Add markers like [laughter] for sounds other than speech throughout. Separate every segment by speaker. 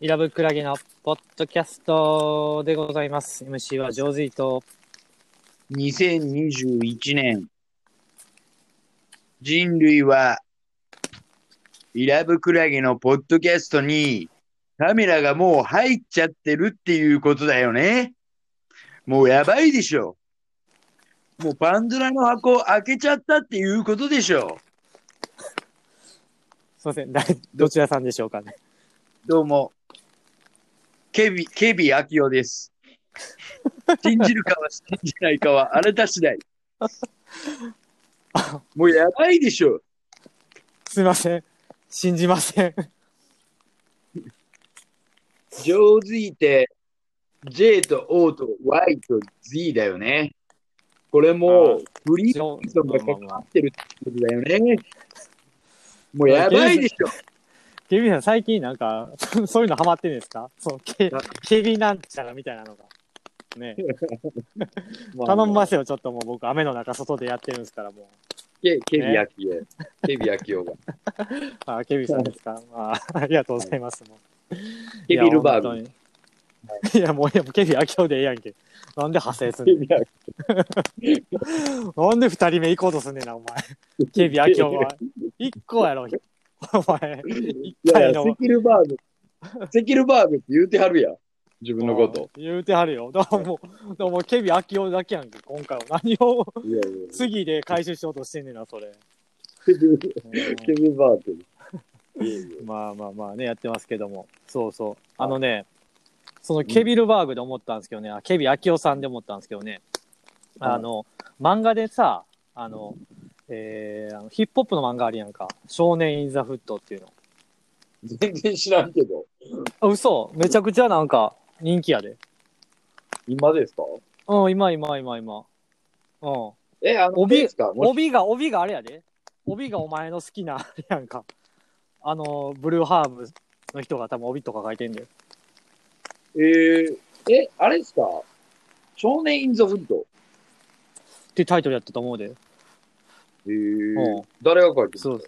Speaker 1: イラブクラゲのポッドキャストでございます。MC は上手と。
Speaker 2: 2021年、人類は、イラブクラゲのポッドキャストにカメラがもう入っちゃってるっていうことだよね。もうやばいでしょ。もうパンドラの箱を開けちゃったっていうことでしょ。
Speaker 1: すいません、だどちらさんでしょうかね。
Speaker 2: どうも。ケビ、ケビアキオです。信じるかは信じないかはあなた次第。もうやばいでしょ。
Speaker 1: すいません、信じません。
Speaker 2: 上手いて J と O と Y と Z だよね。これもフリー
Speaker 1: 上
Speaker 2: ソンがかかってるってことだよね。もうやばいでしょ。
Speaker 1: ケビンさん、最近なんか、 [laughs] そういうのハマってんですかそうケ
Speaker 2: あ、。
Speaker 1: ケビンなんちゃらみたいなのが。ね、頼みますすよ、ちょっともう僕、雨の中、外でやってるんですから、も
Speaker 2: ケケビアキオ。ケビアキオが。
Speaker 1: う。あケビンさんですか、まあ、ありがとうございます。もう
Speaker 2: ケビルバー
Speaker 1: いや
Speaker 2: グ。
Speaker 1: 本当にいや、もう、いやもうケビン、あきょうでええやんけ。なんで派生すんねん
Speaker 2: ケビア
Speaker 1: なんで二人目行こうとすんねんな、お前。警備明夫は。一個やろ、お前。一
Speaker 2: いや
Speaker 1: 回
Speaker 2: いや、
Speaker 1: の
Speaker 2: セ。キルバーグ。セキルバーグって言うてはるやん。自分のこと。
Speaker 1: 言うてはるよ。だからもう、だからもう警備明夫だけやんけ、今回は。何を
Speaker 2: いやいや。
Speaker 1: 次で回収しようとしてんねんな、それ。
Speaker 2: ケビ
Speaker 1: う
Speaker 2: ケビバ [laughs] ーグ。
Speaker 1: んまあまあまあね、やってますけども。そうそう。あのね、そのケビルバーグで思ったんですけどね、あケビ明夫さんで思ったんですけどね、あの、漫画でさ、あの、えーあのヒップホップの漫画あるやんか。少年インザフットっていうの。
Speaker 2: 全然知らんけど。
Speaker 1: あ、嘘めちゃくちゃなんか人気やで。
Speaker 2: 今ですか
Speaker 1: うん、今今今今。うん。
Speaker 2: え、あの、
Speaker 1: 帯
Speaker 2: ですかもし
Speaker 1: 帯が、帯があれやで。帯がお前の好きな、 [laughs] あれやんか。あの、ブルーハーブの人が多分帯とか書いてんだよ。
Speaker 2: えー、え、あれですか少年インザフット。
Speaker 1: っていうタイトルやったと思うで。う
Speaker 2: えー
Speaker 1: ん、
Speaker 2: 誰が書いてる
Speaker 1: そう。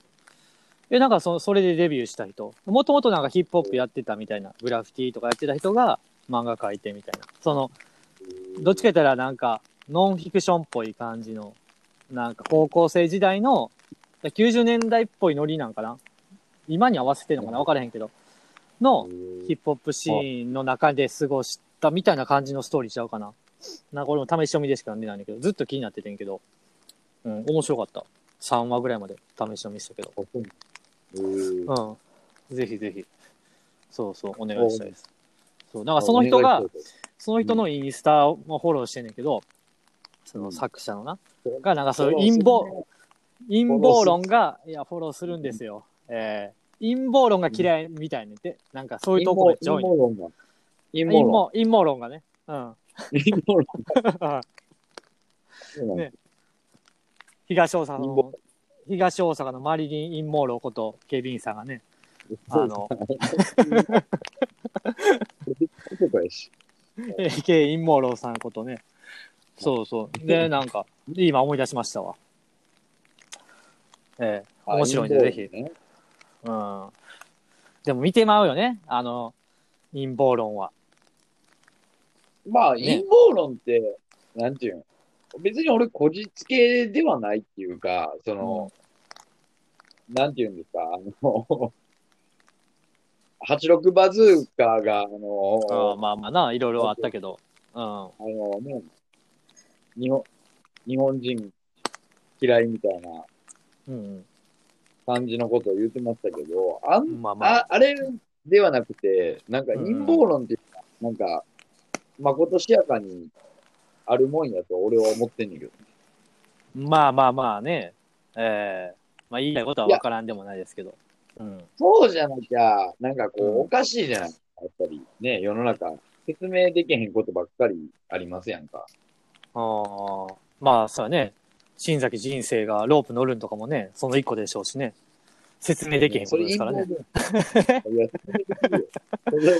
Speaker 1: え、なんかそそれでデビューした人。もともとなんかヒップホップやってたみたいな。グラフィティとかやってた人が漫画書いてみたいな。その、どっちか
Speaker 2: か
Speaker 1: 言ったらなんか、ノンフィクションっぽい感じの、なんか高校生時代の、90年代っぽいノリなんかな今に合わせてるのかなわからへんけど。の、ヒップホップシーンの中で過ごしたみたいな感じのストーリーちゃうかな。なんか俺も試し読みでしか見てないんだけど、ずっと気になっててんけど、うん、面白かった。3話ぐらいまで試し読みしたけど。うん。ぜひぜひ。そうそう、お願いしたいです。そう、なんかその人が、、その人のインスタをフォローしてんねんけど、その作者のな、
Speaker 2: うん
Speaker 1: がなんかそういう陰謀、。陰謀論が、いや、フォローするんですよ。えー、陰謀論が嫌いみたいねって、なんかそういうと
Speaker 2: 陰
Speaker 1: こめっ
Speaker 2: 謀
Speaker 1: ちゃ多いね。
Speaker 2: 論が。陰
Speaker 1: 陰
Speaker 2: 謀論。
Speaker 1: 謀、陰謀論がね。うん。
Speaker 2: 陰謀論。
Speaker 1: ね [laughs] 東大阪
Speaker 2: 陰
Speaker 1: の
Speaker 2: 謀、
Speaker 1: 東大阪のマリリン陰謀論こと、警備員さんがね、あ
Speaker 2: そう
Speaker 1: の、 [laughs]
Speaker 2: そうかやし
Speaker 1: AK 陰謀論さんことね。そうそう。で、なんか、で今思い出しましたわ。ええ面白いんで、ぜひ。
Speaker 2: ひ。ね
Speaker 1: うん。でも見てまうよね。あの、陰謀論は。
Speaker 2: まあ、
Speaker 1: ね
Speaker 2: 陰謀論って、なんていうの別に俺、こじつけではないっていうか、その、なんていうんですか、あの、86バズーカーが、あ
Speaker 1: うん
Speaker 2: の、
Speaker 1: まあまあな、いろいろあったけど。うん。
Speaker 2: あのね、日本、日本人嫌いみたいな
Speaker 1: うん
Speaker 2: 感じのことを言ってましたけど、あん
Speaker 1: うん。まあまあ。
Speaker 2: ああれではなくて、なんか陰謀論っていうか、なんか、まことしやかにあるもんやと俺は思ってんねんけど。
Speaker 1: まあまあまあね。ええまあ言いたいことは分からんでもないですけど。うん。
Speaker 2: そうじゃなきゃ、なんかこ
Speaker 1: うん
Speaker 2: う、おかしいじゃないですか、やっぱり。ね、世の中、説明できへんことばっかりありますやんか。
Speaker 1: ああ、まあ、そうやね。新崎人生がロープ乗るんとかもね、その一個でしょうしね。説明できへんことですからね。
Speaker 2: それ陰謀論いやそれ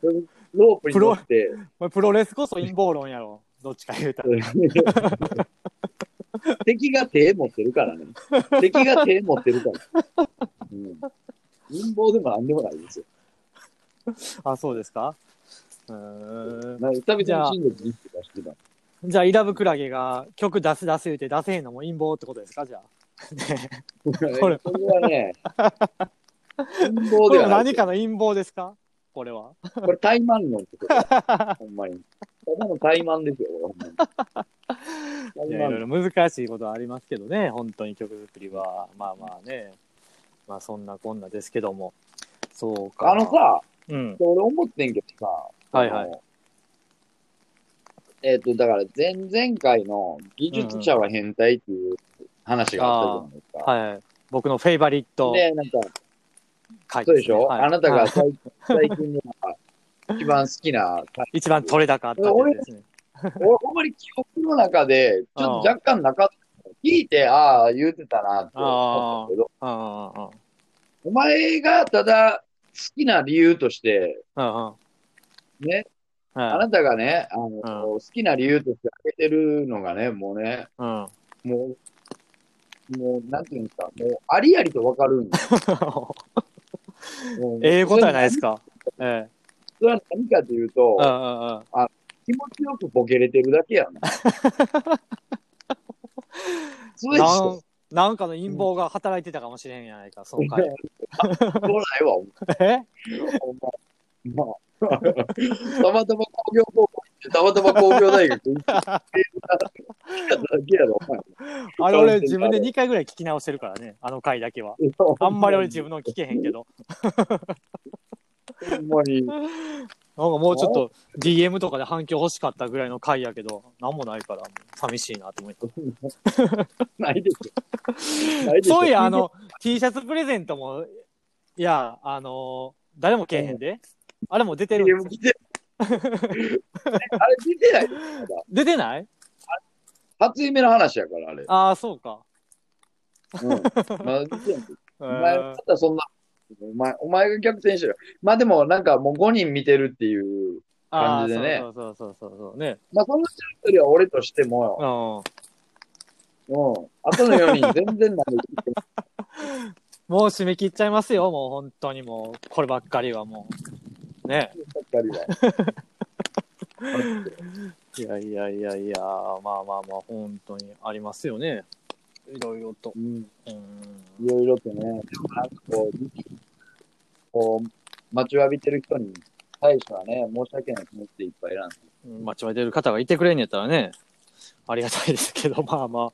Speaker 2: それロープに乗って、
Speaker 1: [laughs] お前プロレスこそ陰謀論やろ。 [laughs] どっちか言うたら。
Speaker 2: 敵が手持ってるからね。敵が手持ってるから。うん、陰謀でもなんでもないですよ。
Speaker 1: あ、そうですかうーん。
Speaker 2: なんか、食べてほしいんですねって出してた。
Speaker 1: じゃあ、イラブクラゲが曲出す出す言うて出せへんのも陰謀ってことですかじゃあ。これ
Speaker 2: これはね、運
Speaker 1: こ
Speaker 2: 動
Speaker 1: れ
Speaker 2: で
Speaker 1: は
Speaker 2: はない
Speaker 1: 何かの陰謀ですかこれは。
Speaker 2: これ怠慢論ってことだほ
Speaker 1: [laughs]
Speaker 2: んまに。ただの怠慢ですよ、これほんま
Speaker 1: いや
Speaker 2: に。怠
Speaker 1: い
Speaker 2: 慢
Speaker 1: ろいろ難しいことはありますけどね、本当に曲作りは。まあまあね。まあそんなこんなですけども。そうか。
Speaker 2: あのさ、
Speaker 1: うん。
Speaker 2: 俺思ってんけどさ、
Speaker 1: はいはい
Speaker 2: あの。えっ、と、だから前々回の技術者は変態っていう話があったじゃないですか。
Speaker 1: はい。僕のフェイバリット
Speaker 2: で、なんか、
Speaker 1: 回
Speaker 2: そう
Speaker 1: すね
Speaker 2: でしょ、
Speaker 1: はい
Speaker 2: あなた
Speaker 1: は
Speaker 2: が
Speaker 1: い
Speaker 2: 最最近の一番好きな、
Speaker 1: 一番取れ高あったやつですね。
Speaker 2: 俺、ほんまに記憶の中で、ちょっと若干なかった。聞いて、ああ、言うてたなって思ったけど、
Speaker 1: うんうんうん
Speaker 2: お前がただ好きな理由として、
Speaker 1: うんうん。
Speaker 2: ね、あ
Speaker 1: はい
Speaker 2: なたがね、あの、好きな理由として挙げてるのがね、もうね、 [laughs]
Speaker 1: うん。
Speaker 2: もう、もう、なんていうんですか、もう、ありありとわ
Speaker 1: [laughs]
Speaker 2: かるんですよ
Speaker 1: ええことやないです
Speaker 2: か。
Speaker 1: か。ええ。
Speaker 2: それは何かというと、
Speaker 1: うんうんうん。
Speaker 2: 気持ちよくボケれてるだ
Speaker 1: [laughs]
Speaker 2: けやな。そうでし
Speaker 1: なん
Speaker 2: ょ。
Speaker 1: なんかの陰謀が働いてたかもしれんやないか、そうか。
Speaker 2: [laughs] そうないわ、お
Speaker 1: [laughs] え
Speaker 2: 前お前まあ、たまたま工業高校行って、たまたま工業大学行って、だけやろ、お前。
Speaker 1: あれ俺自分で2回ぐらい聞き直してるからね、あの回だけは。 [laughs] あんまり俺自分の聞けへんけど。
Speaker 2: ほんまに。
Speaker 1: なんかもうちょっと DM とかで反響欲しかったぐらいの回やけど、なんもないから、もう寂しいなと思って。
Speaker 2: ないですよ。ないですよ
Speaker 1: そういや、あ、の、T シャツプレゼントも、いや、あのー誰もけえへんで。あれも出てるんですよ。
Speaker 2: 見 [laughs] てあれ見てないですまだ
Speaker 1: 出てない
Speaker 2: 初夢の話やから、あれ。
Speaker 1: ああ、そうか。
Speaker 2: うん。まだ見てない
Speaker 1: え
Speaker 2: お前、ま
Speaker 1: ー
Speaker 2: たそんな、お前、お前が逆転してる。まあでも、なんかもう5人見てるっていう、
Speaker 1: あ
Speaker 2: 感じでね
Speaker 1: ーそうそうそうそうそう。ね。
Speaker 2: まあそのうちの一人は俺としても、
Speaker 1: うん。
Speaker 2: うん、後の4人全然なんで、
Speaker 1: もう締め切っちゃいますよ、もう本当にもう、こればっかりはもう。ね。
Speaker 2: 二人は。
Speaker 1: いやいやいやいや、まあまあまあ、本当にありますよね。いろいろと。
Speaker 2: うん、
Speaker 1: うん。
Speaker 2: いろいろとね、でもなんかこう、こう、待ちわびてる人に対してはね、申し訳ないと思っていっぱい選んで。
Speaker 1: 待ちわびてる方がいてくれんやったらね、ありがたいですけど、まあま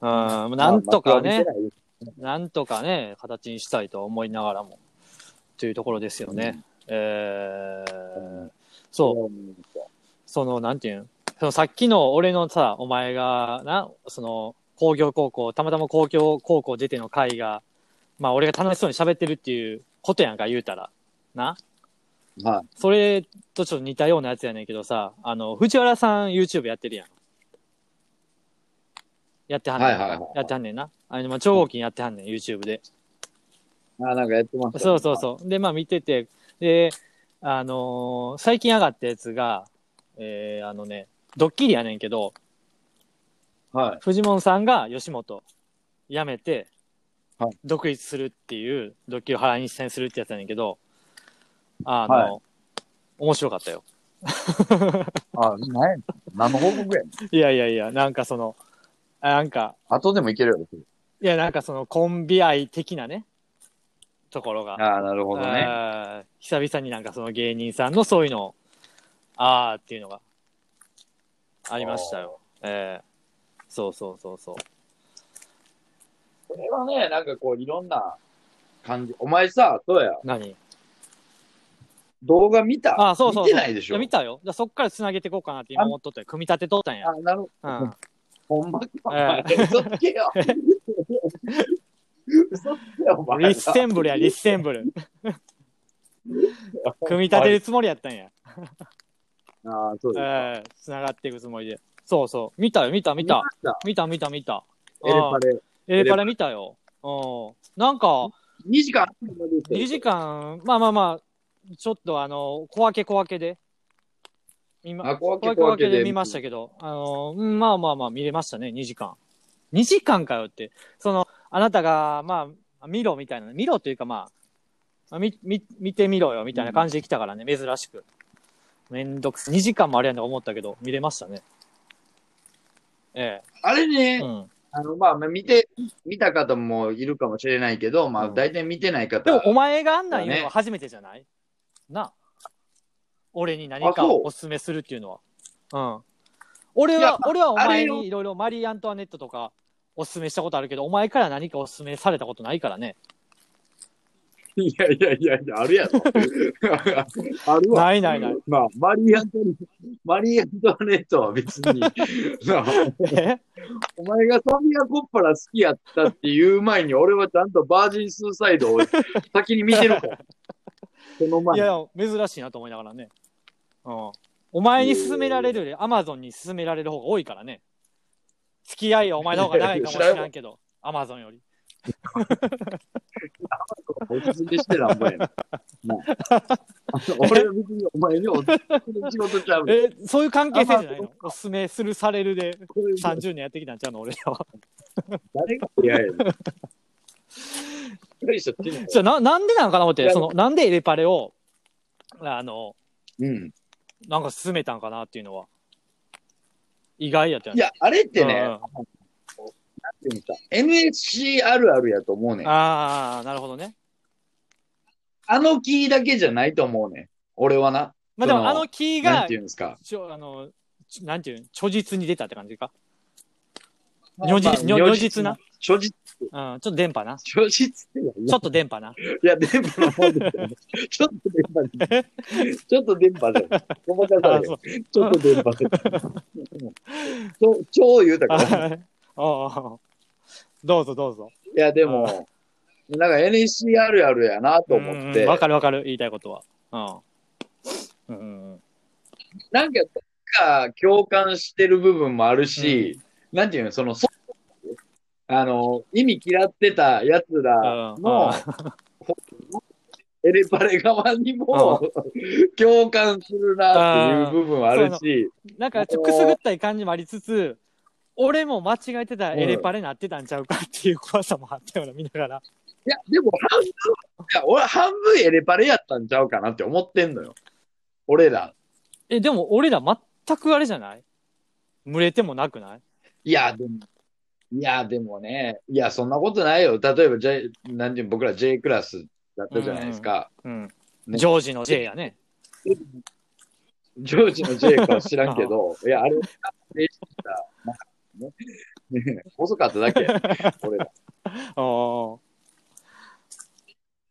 Speaker 1: あ。うん、なんとかね、
Speaker 2: まあ。待ちわびてないです
Speaker 1: なんとかね、形にしたいと思いながらも、というところですよね。えー、
Speaker 2: け
Speaker 1: そう。
Speaker 2: ど
Speaker 1: その、なんていうんそのさっきの俺のさ、お前が、な、その、工業高校、たまたま工業高校出ての会が、まあ俺が楽しそうに喋ってるっていうことやんか、言うたら。な
Speaker 2: は
Speaker 1: それとちょっと似たようなやつやねんけどさ、あの、藤原さん YouTube やってるやん。やってはんねん。
Speaker 2: はいはいはいはい
Speaker 1: やってはんねんな。あの、まあ、超合金やってはんねん、YouTube で。
Speaker 2: い。あ、なんかやってます、
Speaker 1: そうそうそう。で、まあ見てて、で、あのー最近上がったやつが、えー、あのね、ドッキリやねんけど、
Speaker 2: う。はい。
Speaker 1: フジモンさんが吉本辞めて
Speaker 2: は、
Speaker 1: 独立するっていう、ドッキリを払いに出演するってやつやねんけど、あの、
Speaker 2: は
Speaker 1: 面白かったよ。
Speaker 2: あ、なん何の報告やねん。
Speaker 1: いやいやいや、なんかその、あなんか、
Speaker 2: 後でもいけるよ、別に
Speaker 1: いやなんかそのコンビ愛的なね、ところが。
Speaker 2: ああ、なるほどね。
Speaker 1: あー久々になんかその芸人さんのそういうの、あーっていうのがありましたよ。えーそうそうそうそう。
Speaker 2: これはね、なんかこう、いろんな感じ。お前さ、そうや、
Speaker 1: 何
Speaker 2: 動画見た
Speaker 1: あーそうそうそう
Speaker 2: 見てないでしょ
Speaker 1: や見たよ。じゃあそっからつなげていこうかなって今思っとったよ。組み立てとったんや
Speaker 2: あ。、なるほ
Speaker 1: う
Speaker 2: ど
Speaker 1: ん。
Speaker 2: ほんまか、お
Speaker 1: え
Speaker 2: 前。嘘つけ
Speaker 1: [laughs]
Speaker 2: よ。嘘つけよ、お前。
Speaker 1: リッセンブルや、リッセン
Speaker 2: [laughs]
Speaker 1: ブル。組み立てるつもりやったんや。
Speaker 2: ああ、そうですか。
Speaker 1: えーつながっていくつもりで。そうそう。見たよ、見た、見た。
Speaker 2: ました
Speaker 1: 見た、見た、見た。
Speaker 2: エレパレ。
Speaker 1: エレパレ見たよ。うん。なんか、
Speaker 2: 2時間。
Speaker 1: 2時間、まあまあまあ、ちょっとあの、小分け小分けで、見ま、
Speaker 2: あ、小分
Speaker 1: 小分け小
Speaker 2: け小
Speaker 1: 分
Speaker 2: 分
Speaker 1: け
Speaker 2: け
Speaker 1: で
Speaker 2: で
Speaker 1: 見ましたけど、あの、うんまあまあまあ見れましたね、2時間。2時間かよって。その、あなたが、まあ、見ろみたいな、見ろというかまあ、まあみ、み、見てみろよ、みたいな感じで来たからね、珍しく。めんどくさ。2時間もあれやんとか思ったけど、見れましたね。え
Speaker 2: あれ
Speaker 1: え。
Speaker 2: ね、
Speaker 1: うん。
Speaker 2: あの、まあ、見て、見た方もいるかもしれないけど、まあ、
Speaker 1: うん
Speaker 2: 大体見てない
Speaker 1: で
Speaker 2: 方。
Speaker 1: も、お前があんなん言う
Speaker 2: だ
Speaker 1: の
Speaker 2: ね
Speaker 1: は初めてじゃない、なあ俺に何
Speaker 2: あ
Speaker 1: か
Speaker 2: そう
Speaker 1: をおすすめするっていうのは。うん。俺
Speaker 2: いや
Speaker 1: は、俺はお
Speaker 2: あれ
Speaker 1: 前
Speaker 2: よ
Speaker 1: にいろいろマリー・アントワネットとかおすすめしたことあるけど、お前から何かおすすめされたことないからね。
Speaker 2: いやいやいやいや、あるやろ。 [laughs] あるわ。
Speaker 1: ないないない。
Speaker 2: まあ、マリーアントニマリーアントワネットは別に、 [laughs] なあ
Speaker 1: え
Speaker 2: お前がサミア・コッパラ好きやったっていう前に、俺はちゃんとバージン・スーサイドを先に見て
Speaker 1: [laughs]
Speaker 2: るから。その
Speaker 1: い
Speaker 2: 前に。
Speaker 1: や、珍しいなと思いながらね。うん。お前に勧められるより、アマゾンに勧められる方が多いからね。付き合いはお前の方が長いかもしれんけ
Speaker 2: [laughs]
Speaker 1: ど、アマゾンより。
Speaker 2: おすすめしてなんぼやな。なあ [laughs] 俺は別にお前におすすめ仕事ちゃうねん。
Speaker 1: え、そういう関係性じゃないのおすすめするされるで
Speaker 2: これ
Speaker 1: 30年やってきたんちゃうの俺らは。
Speaker 2: 誰が嫌いやねん。大した手ない
Speaker 1: じゃあな、なんでなんかな思っ
Speaker 2: い
Speaker 1: て、
Speaker 2: や
Speaker 1: その、なんでエレパレを、あの、
Speaker 3: うん。
Speaker 1: なんか勧めたんかなっていうのは。意外やったよ
Speaker 3: い
Speaker 1: ね。
Speaker 3: や、あれって
Speaker 1: うん
Speaker 3: ね
Speaker 1: うん、
Speaker 3: なんていうんか NSC あるあるやと思うねん。
Speaker 1: ああ、なるほどね。
Speaker 3: あのキーだけじゃないと思うねん。俺はな。
Speaker 1: まあで
Speaker 3: そ
Speaker 1: も、
Speaker 3: の
Speaker 1: あのキー
Speaker 3: なん
Speaker 1: が
Speaker 3: てい、うんですか。
Speaker 1: ちょあの、ちなんていうん、著実に出たって感じか。
Speaker 2: まあ
Speaker 1: 如実、如
Speaker 2: 如
Speaker 1: 如実な。。
Speaker 2: 如実、
Speaker 1: うん、ちょっと電波な。ち
Speaker 2: 如実って言う
Speaker 1: ょっと電波な。
Speaker 2: いや、電波の方ですよね。ちょっと電波です。ちょっと電波です。ごまかさ
Speaker 1: あ
Speaker 2: れ
Speaker 1: そう
Speaker 2: よ。ちょっと電波です。超、超言うたから。
Speaker 1: あおうお [laughs] うどうぞどうぞ。
Speaker 2: いや、でも、なんか NEC あるあるやなと思っ
Speaker 1: う
Speaker 2: て
Speaker 1: ん。わかるわかる、言いたいことは。うん。うんうんうん、
Speaker 2: なんか、なんか共感してる部分もあるし、なんていうの、その、そあの、意味嫌ってたやつら
Speaker 1: うん
Speaker 2: の、エレパレ側にも、共感するなっていう部分はあるし、
Speaker 1: なんかちょっとくすぐったい感じもありつつ、俺も間違えてたエレパレなってたんちゃうかっていう怖さもあったような、見ながら。
Speaker 2: いや、でも半分、いや、俺半分エレパレやったんちゃうかなって思ってんのよ。俺ら。
Speaker 1: え、でも俺ら全くあれじゃない群れてもなくない
Speaker 2: いや、でも、いや、でもね、いや、そんなことないよ。例えば、J、なんていうの僕ら J クラスだったじゃないですか。
Speaker 1: うん。
Speaker 2: ね
Speaker 1: ジョージの J やね。
Speaker 2: ジョージの J かは知らんけど、い [laughs] や、あれ、停止した、なんかね、ね [laughs] 遅かっただけ、俺ら。
Speaker 1: おお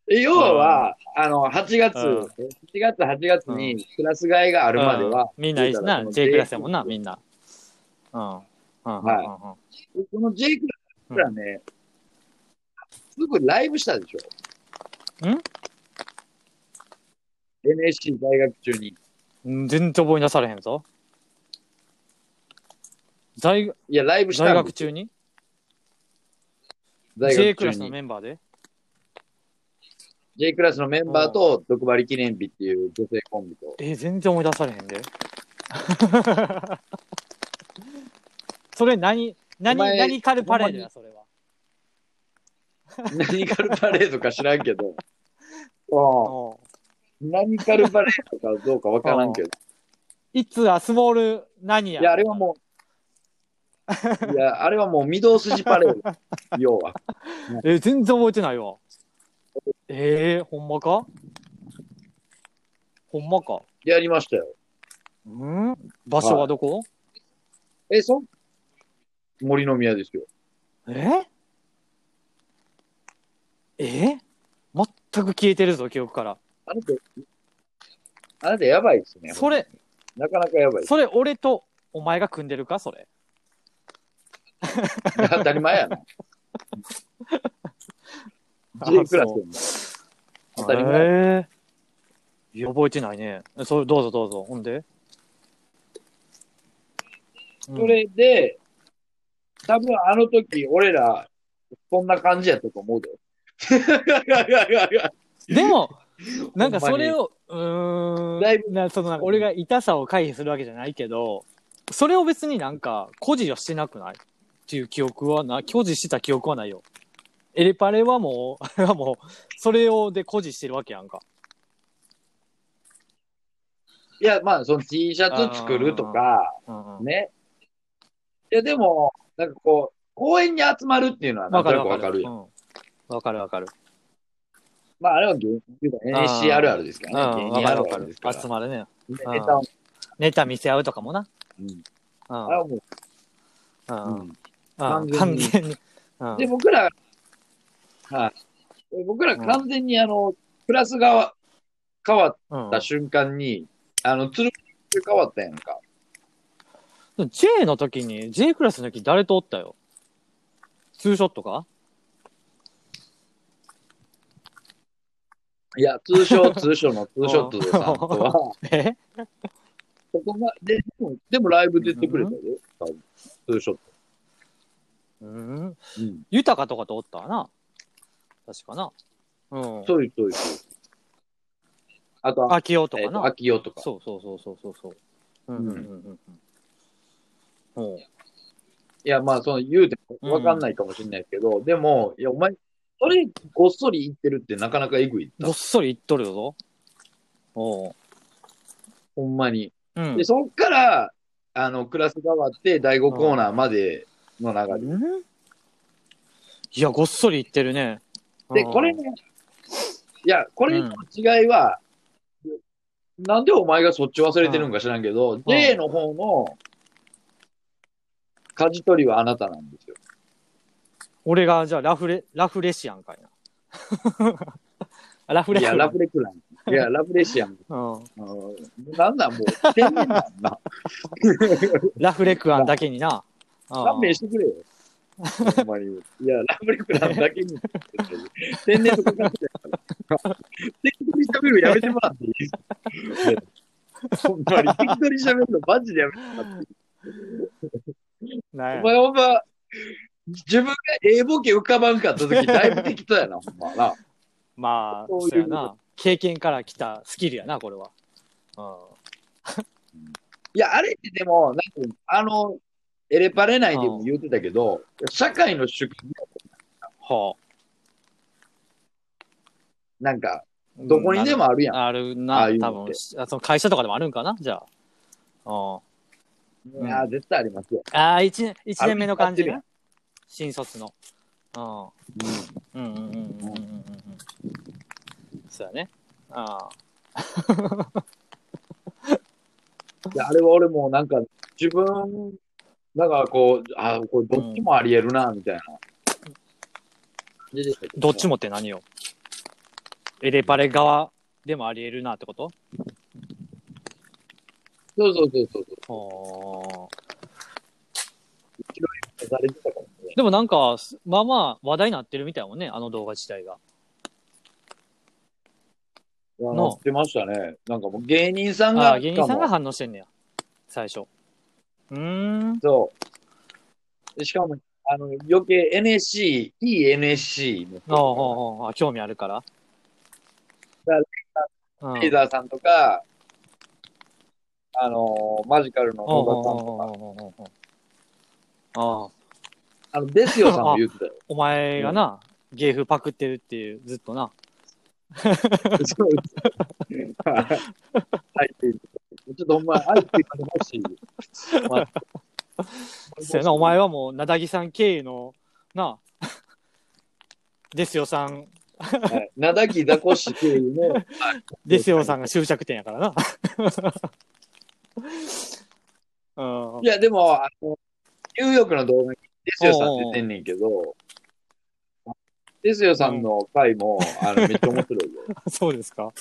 Speaker 2: え要は、あの、8月、
Speaker 1: うん
Speaker 2: 7月、8月にクラス替えがあるまでは、
Speaker 1: みんないいしな、J クラスやもんな、みんな。うん。うんうんうんうん。
Speaker 2: この J クラスらね、すぐライブしたでしょ。
Speaker 1: ん
Speaker 2: ?NSC 大学中に。
Speaker 1: うん全然覚えなされへんぞ。在
Speaker 2: いや、ライブした
Speaker 1: 在
Speaker 2: ん
Speaker 1: 学
Speaker 2: です
Speaker 1: 中に
Speaker 2: 大
Speaker 1: ?J
Speaker 2: 学
Speaker 1: クラス
Speaker 2: 中
Speaker 1: の
Speaker 2: に。
Speaker 1: メンバーで
Speaker 2: J クラスのメンバーと、毒針記念日っていう女性コンビと。
Speaker 1: えー全然思い出されへんで。 [laughs] それ何、何、
Speaker 2: お前
Speaker 1: 何カルパレードや、それは。
Speaker 2: 何カルパレードか知らんけど。ああ
Speaker 1: おう
Speaker 2: 何カルパレードかどうかわからんけど。
Speaker 1: いつはスモール何や。
Speaker 2: いや、あれはも
Speaker 1: [laughs]
Speaker 2: う、いや、あれはもう、御堂筋パレード。要は。
Speaker 1: えー全然覚えてないわ。えー、ほんまかほんまか。
Speaker 2: やりましたよ。
Speaker 1: うん場所はどこ、
Speaker 2: え、そん森の宮ですよ。
Speaker 1: ええ全く消えてるぞ、記憶から。
Speaker 2: あなた、あなたやばいですね。
Speaker 1: それ、
Speaker 2: なかなかや
Speaker 1: [laughs]
Speaker 2: ばいです。
Speaker 1: それ俺とお前が組んでるか、それ。
Speaker 2: 当たり前やな。
Speaker 1: あ
Speaker 2: J クラス
Speaker 1: そう
Speaker 2: でも当たり前。
Speaker 1: えーいや覚えてないね。それどうぞどうぞ。ほんで。
Speaker 2: それで、多分あの時、俺ら、こんな感じやったと思
Speaker 1: [laughs]
Speaker 2: うで。
Speaker 1: うんで
Speaker 2: [laughs]
Speaker 1: も、なんか
Speaker 2: ほん
Speaker 1: そ
Speaker 2: まに
Speaker 1: れを、うーん。
Speaker 2: だいぶ
Speaker 1: なそのなんか俺が痛さを回避するわけじゃないけど、それを別になんか、誇示はしてなくないっていう記憶はな、誇示してた記憶はないよ。エレパレはもう、 [laughs] はもう、それをで誇示してるわけやんか。
Speaker 2: いや、まあ、その T シャツ作るとか、
Speaker 1: うんうん。
Speaker 2: ね。いや、でも、なんかこう、公園に集まるっていうのは、な
Speaker 1: わ
Speaker 2: んと
Speaker 1: か
Speaker 2: な
Speaker 1: る
Speaker 2: く
Speaker 1: わ
Speaker 2: わ
Speaker 1: か
Speaker 2: かる
Speaker 1: る。
Speaker 2: やん。
Speaker 1: うんわかるわかる。
Speaker 2: まあ、あれは現
Speaker 1: あー
Speaker 2: NSC あるあるですか
Speaker 1: う
Speaker 2: ら
Speaker 1: ん、
Speaker 2: ね。
Speaker 1: わ
Speaker 2: 芸人
Speaker 1: かる
Speaker 2: ある
Speaker 1: わ
Speaker 2: あ
Speaker 1: か
Speaker 2: るで
Speaker 1: る
Speaker 2: すから。。
Speaker 1: 集まるね。
Speaker 2: ネタを
Speaker 1: ネタ見せ合うとかもな。
Speaker 2: うん
Speaker 1: う
Speaker 2: あ
Speaker 1: ん。
Speaker 2: れはもう
Speaker 1: うん
Speaker 2: うん
Speaker 1: うん
Speaker 2: 完全
Speaker 1: 完
Speaker 2: に
Speaker 1: 全に。うん
Speaker 2: で、僕ら、はい。僕ら完全にあの、クラスが変わっ
Speaker 1: うん
Speaker 2: た瞬間に、あの、鶴見って変わったやんか。
Speaker 1: でも J の時に、J クラスの時誰とおったよツーショットか
Speaker 2: いや、通称、通称のツーショットでさんとは、
Speaker 1: え
Speaker 2: そこが、で、でも、でもライブ出てくれたで、多分ツーショッ
Speaker 1: うん。
Speaker 2: ト。うん。
Speaker 1: 豊かとかとおったわな。確かな。うん。
Speaker 2: そういう、そういう。あと、
Speaker 1: 秋代と
Speaker 2: えっ
Speaker 1: か
Speaker 2: と、
Speaker 1: な。
Speaker 2: 秋代とか。
Speaker 1: そうそうそうそうそうそう。うんうんうんうんうん。も、
Speaker 2: いや、まあ、その、言うてもわかんないかもしれないけど、でも、いや、お前、それ、ごっそり言ってるってなかなかえぐいう
Speaker 1: ごっそり言っとるよぞ。おう。
Speaker 2: ほんまに。
Speaker 1: うん
Speaker 2: で、。そっから、あの、クラス変わって、第5コーナーまでの流れ。
Speaker 1: うんいや、ごっそり言ってるね。
Speaker 2: で、
Speaker 1: うん
Speaker 2: これ、ね、いや、これの違いは、なんでお前がそっち忘れてるんか知らんけど、J の方の、舵取りはあなたなんですよ。
Speaker 1: 俺が、じゃあ、ラフレ、ラフレシアンかいな。あ [laughs] ラフレ
Speaker 2: いや、ラ
Speaker 1: レ。
Speaker 2: フレクラン。いや、ラフレシアン。
Speaker 1: うん。
Speaker 2: うんなんなん、もう、天然なん
Speaker 1: [laughs]
Speaker 2: な。
Speaker 1: ラフレクアンだけにな。うん
Speaker 2: 勘弁してくれよ。ほんまに。いや、ラブレクランだけに。天然とかかってたから。適当に喋るのやめてもらっていいですかねほん
Speaker 1: [laughs]
Speaker 2: まに、適当に喋るのマジでやめてもらっていい。
Speaker 1: ね
Speaker 2: お前ほんま、自分がええボケ浮かばんかった時、だいぶ適当やな、ほんまな。
Speaker 1: まあ、
Speaker 2: そういう
Speaker 1: そうやな。経験から来たスキルやな、これは。う
Speaker 2: いや、あれってでも、なんていうのあの、エレパレ内でも言ってたけど、社会の主義、
Speaker 1: ん。は
Speaker 2: なんか、
Speaker 1: あ。
Speaker 2: どこにでもあるやん。
Speaker 1: ある
Speaker 2: あ
Speaker 1: な
Speaker 2: あい、うの
Speaker 1: 多
Speaker 2: っ
Speaker 1: 分
Speaker 2: て
Speaker 1: あその会社とかでもあるんかな、じゃあ。うんん
Speaker 2: いや、絶対ありますよ。
Speaker 1: ああ、一年一年目の感じ
Speaker 2: あ
Speaker 1: ね。新卒の。うん。うんうんうんうんうんうんうん。そうやね。ああ。
Speaker 2: いや、あれは俺もなんか、自分、なんかこう、あこれどっちもありえるな、みたいな。
Speaker 1: どっちもって何よ。エレパレ側でもあり得るなってこと
Speaker 2: そうそうそうそ
Speaker 1: はあ。
Speaker 2: う。消されてたかもね。
Speaker 1: でもなんか、まあまあ話題になってるみたいやもんね、あの動画自体が。
Speaker 2: いや
Speaker 1: な
Speaker 2: なってましたね。なんかもう芸人さん
Speaker 1: あ
Speaker 2: が、
Speaker 1: あ、芸人さんが
Speaker 2: しかも
Speaker 1: 反応してんねや。最初。うーん。
Speaker 2: そう。しかも、あの、余計 NSC、いい NSC の人
Speaker 1: ああ、ああああ興味あるから。うん
Speaker 2: レーザーさんとか、あのマジカルの
Speaker 1: おう
Speaker 2: 野田さんとか、
Speaker 1: おうおうおうおうおうああ、
Speaker 2: あの、ですよさんも言ってたよ。
Speaker 1: お前がな、芸風パクってるっていう、ずっとな。
Speaker 2: そうです。はい。ちょっとお前、あえて言われまし。
Speaker 1: [laughs] そうやな、お前はもう、なだぎさん経由の、な、ですよさん、
Speaker 2: はい。なだきだこしっていう [laughs] ね。
Speaker 1: ですよさんが終着点やからな。うん
Speaker 2: い。や、でも、あの、ニューヨークの動画に、ですよさん出てんねんけど、ですよさんの回も、あの、めっちゃ面白いよ。 [laughs]
Speaker 1: そうですか。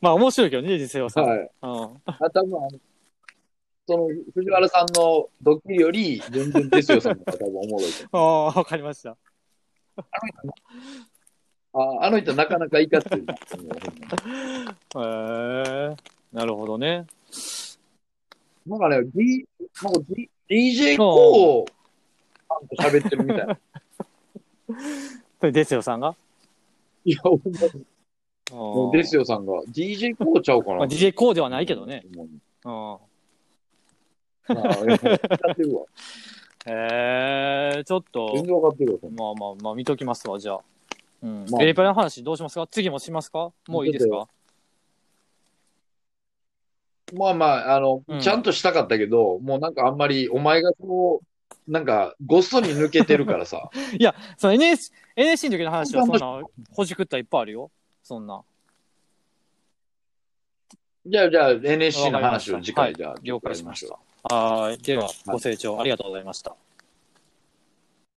Speaker 1: まあ、面白いけどね、ですよさん。
Speaker 2: はい。
Speaker 1: うん。
Speaker 2: あ、多分あの、その、藤原さんのドッキリより、全然ですよさんの方が多分おもろいと
Speaker 1: ああ、わかりました。
Speaker 2: 思う。ああの人、なかなかいかってるな。もうほんま
Speaker 1: へえなるほどね。
Speaker 2: なんかね、D、なんか D、DJ こう、ちゃんと喋ってるみたい
Speaker 1: [laughs]
Speaker 2: な。
Speaker 1: それですよさんが
Speaker 2: いや、ほんまにも
Speaker 1: う
Speaker 2: うんですよさんが、DJ こうちゃうかな。
Speaker 1: まあ、DJ こうではないけどね。
Speaker 2: ほん
Speaker 1: うん。
Speaker 2: まに。なあいやもう使ってるわ
Speaker 1: へえ、ちょっと、
Speaker 2: 全然分かってるよ、そんな
Speaker 1: まあまあまあ見ときますわ、じゃあ。うん。
Speaker 2: まあ
Speaker 1: ペリパリの話どうしますか次もしますかもういいですか
Speaker 2: まあまあ、あの
Speaker 1: うん、
Speaker 2: ちゃんとしたかったけど、もうなんかあんまり、お前がこう、なんか、ごっそり抜けてるか
Speaker 1: [laughs]
Speaker 2: らさ。
Speaker 1: その NS NSC の時の話はそんな、ほじくったいっぱいあるよ。そんな。
Speaker 2: じゃあ、じゃあ、NSC の話を次回じゃあ、
Speaker 1: 了解しました。はーい。では、ご清聴ありがとうございました。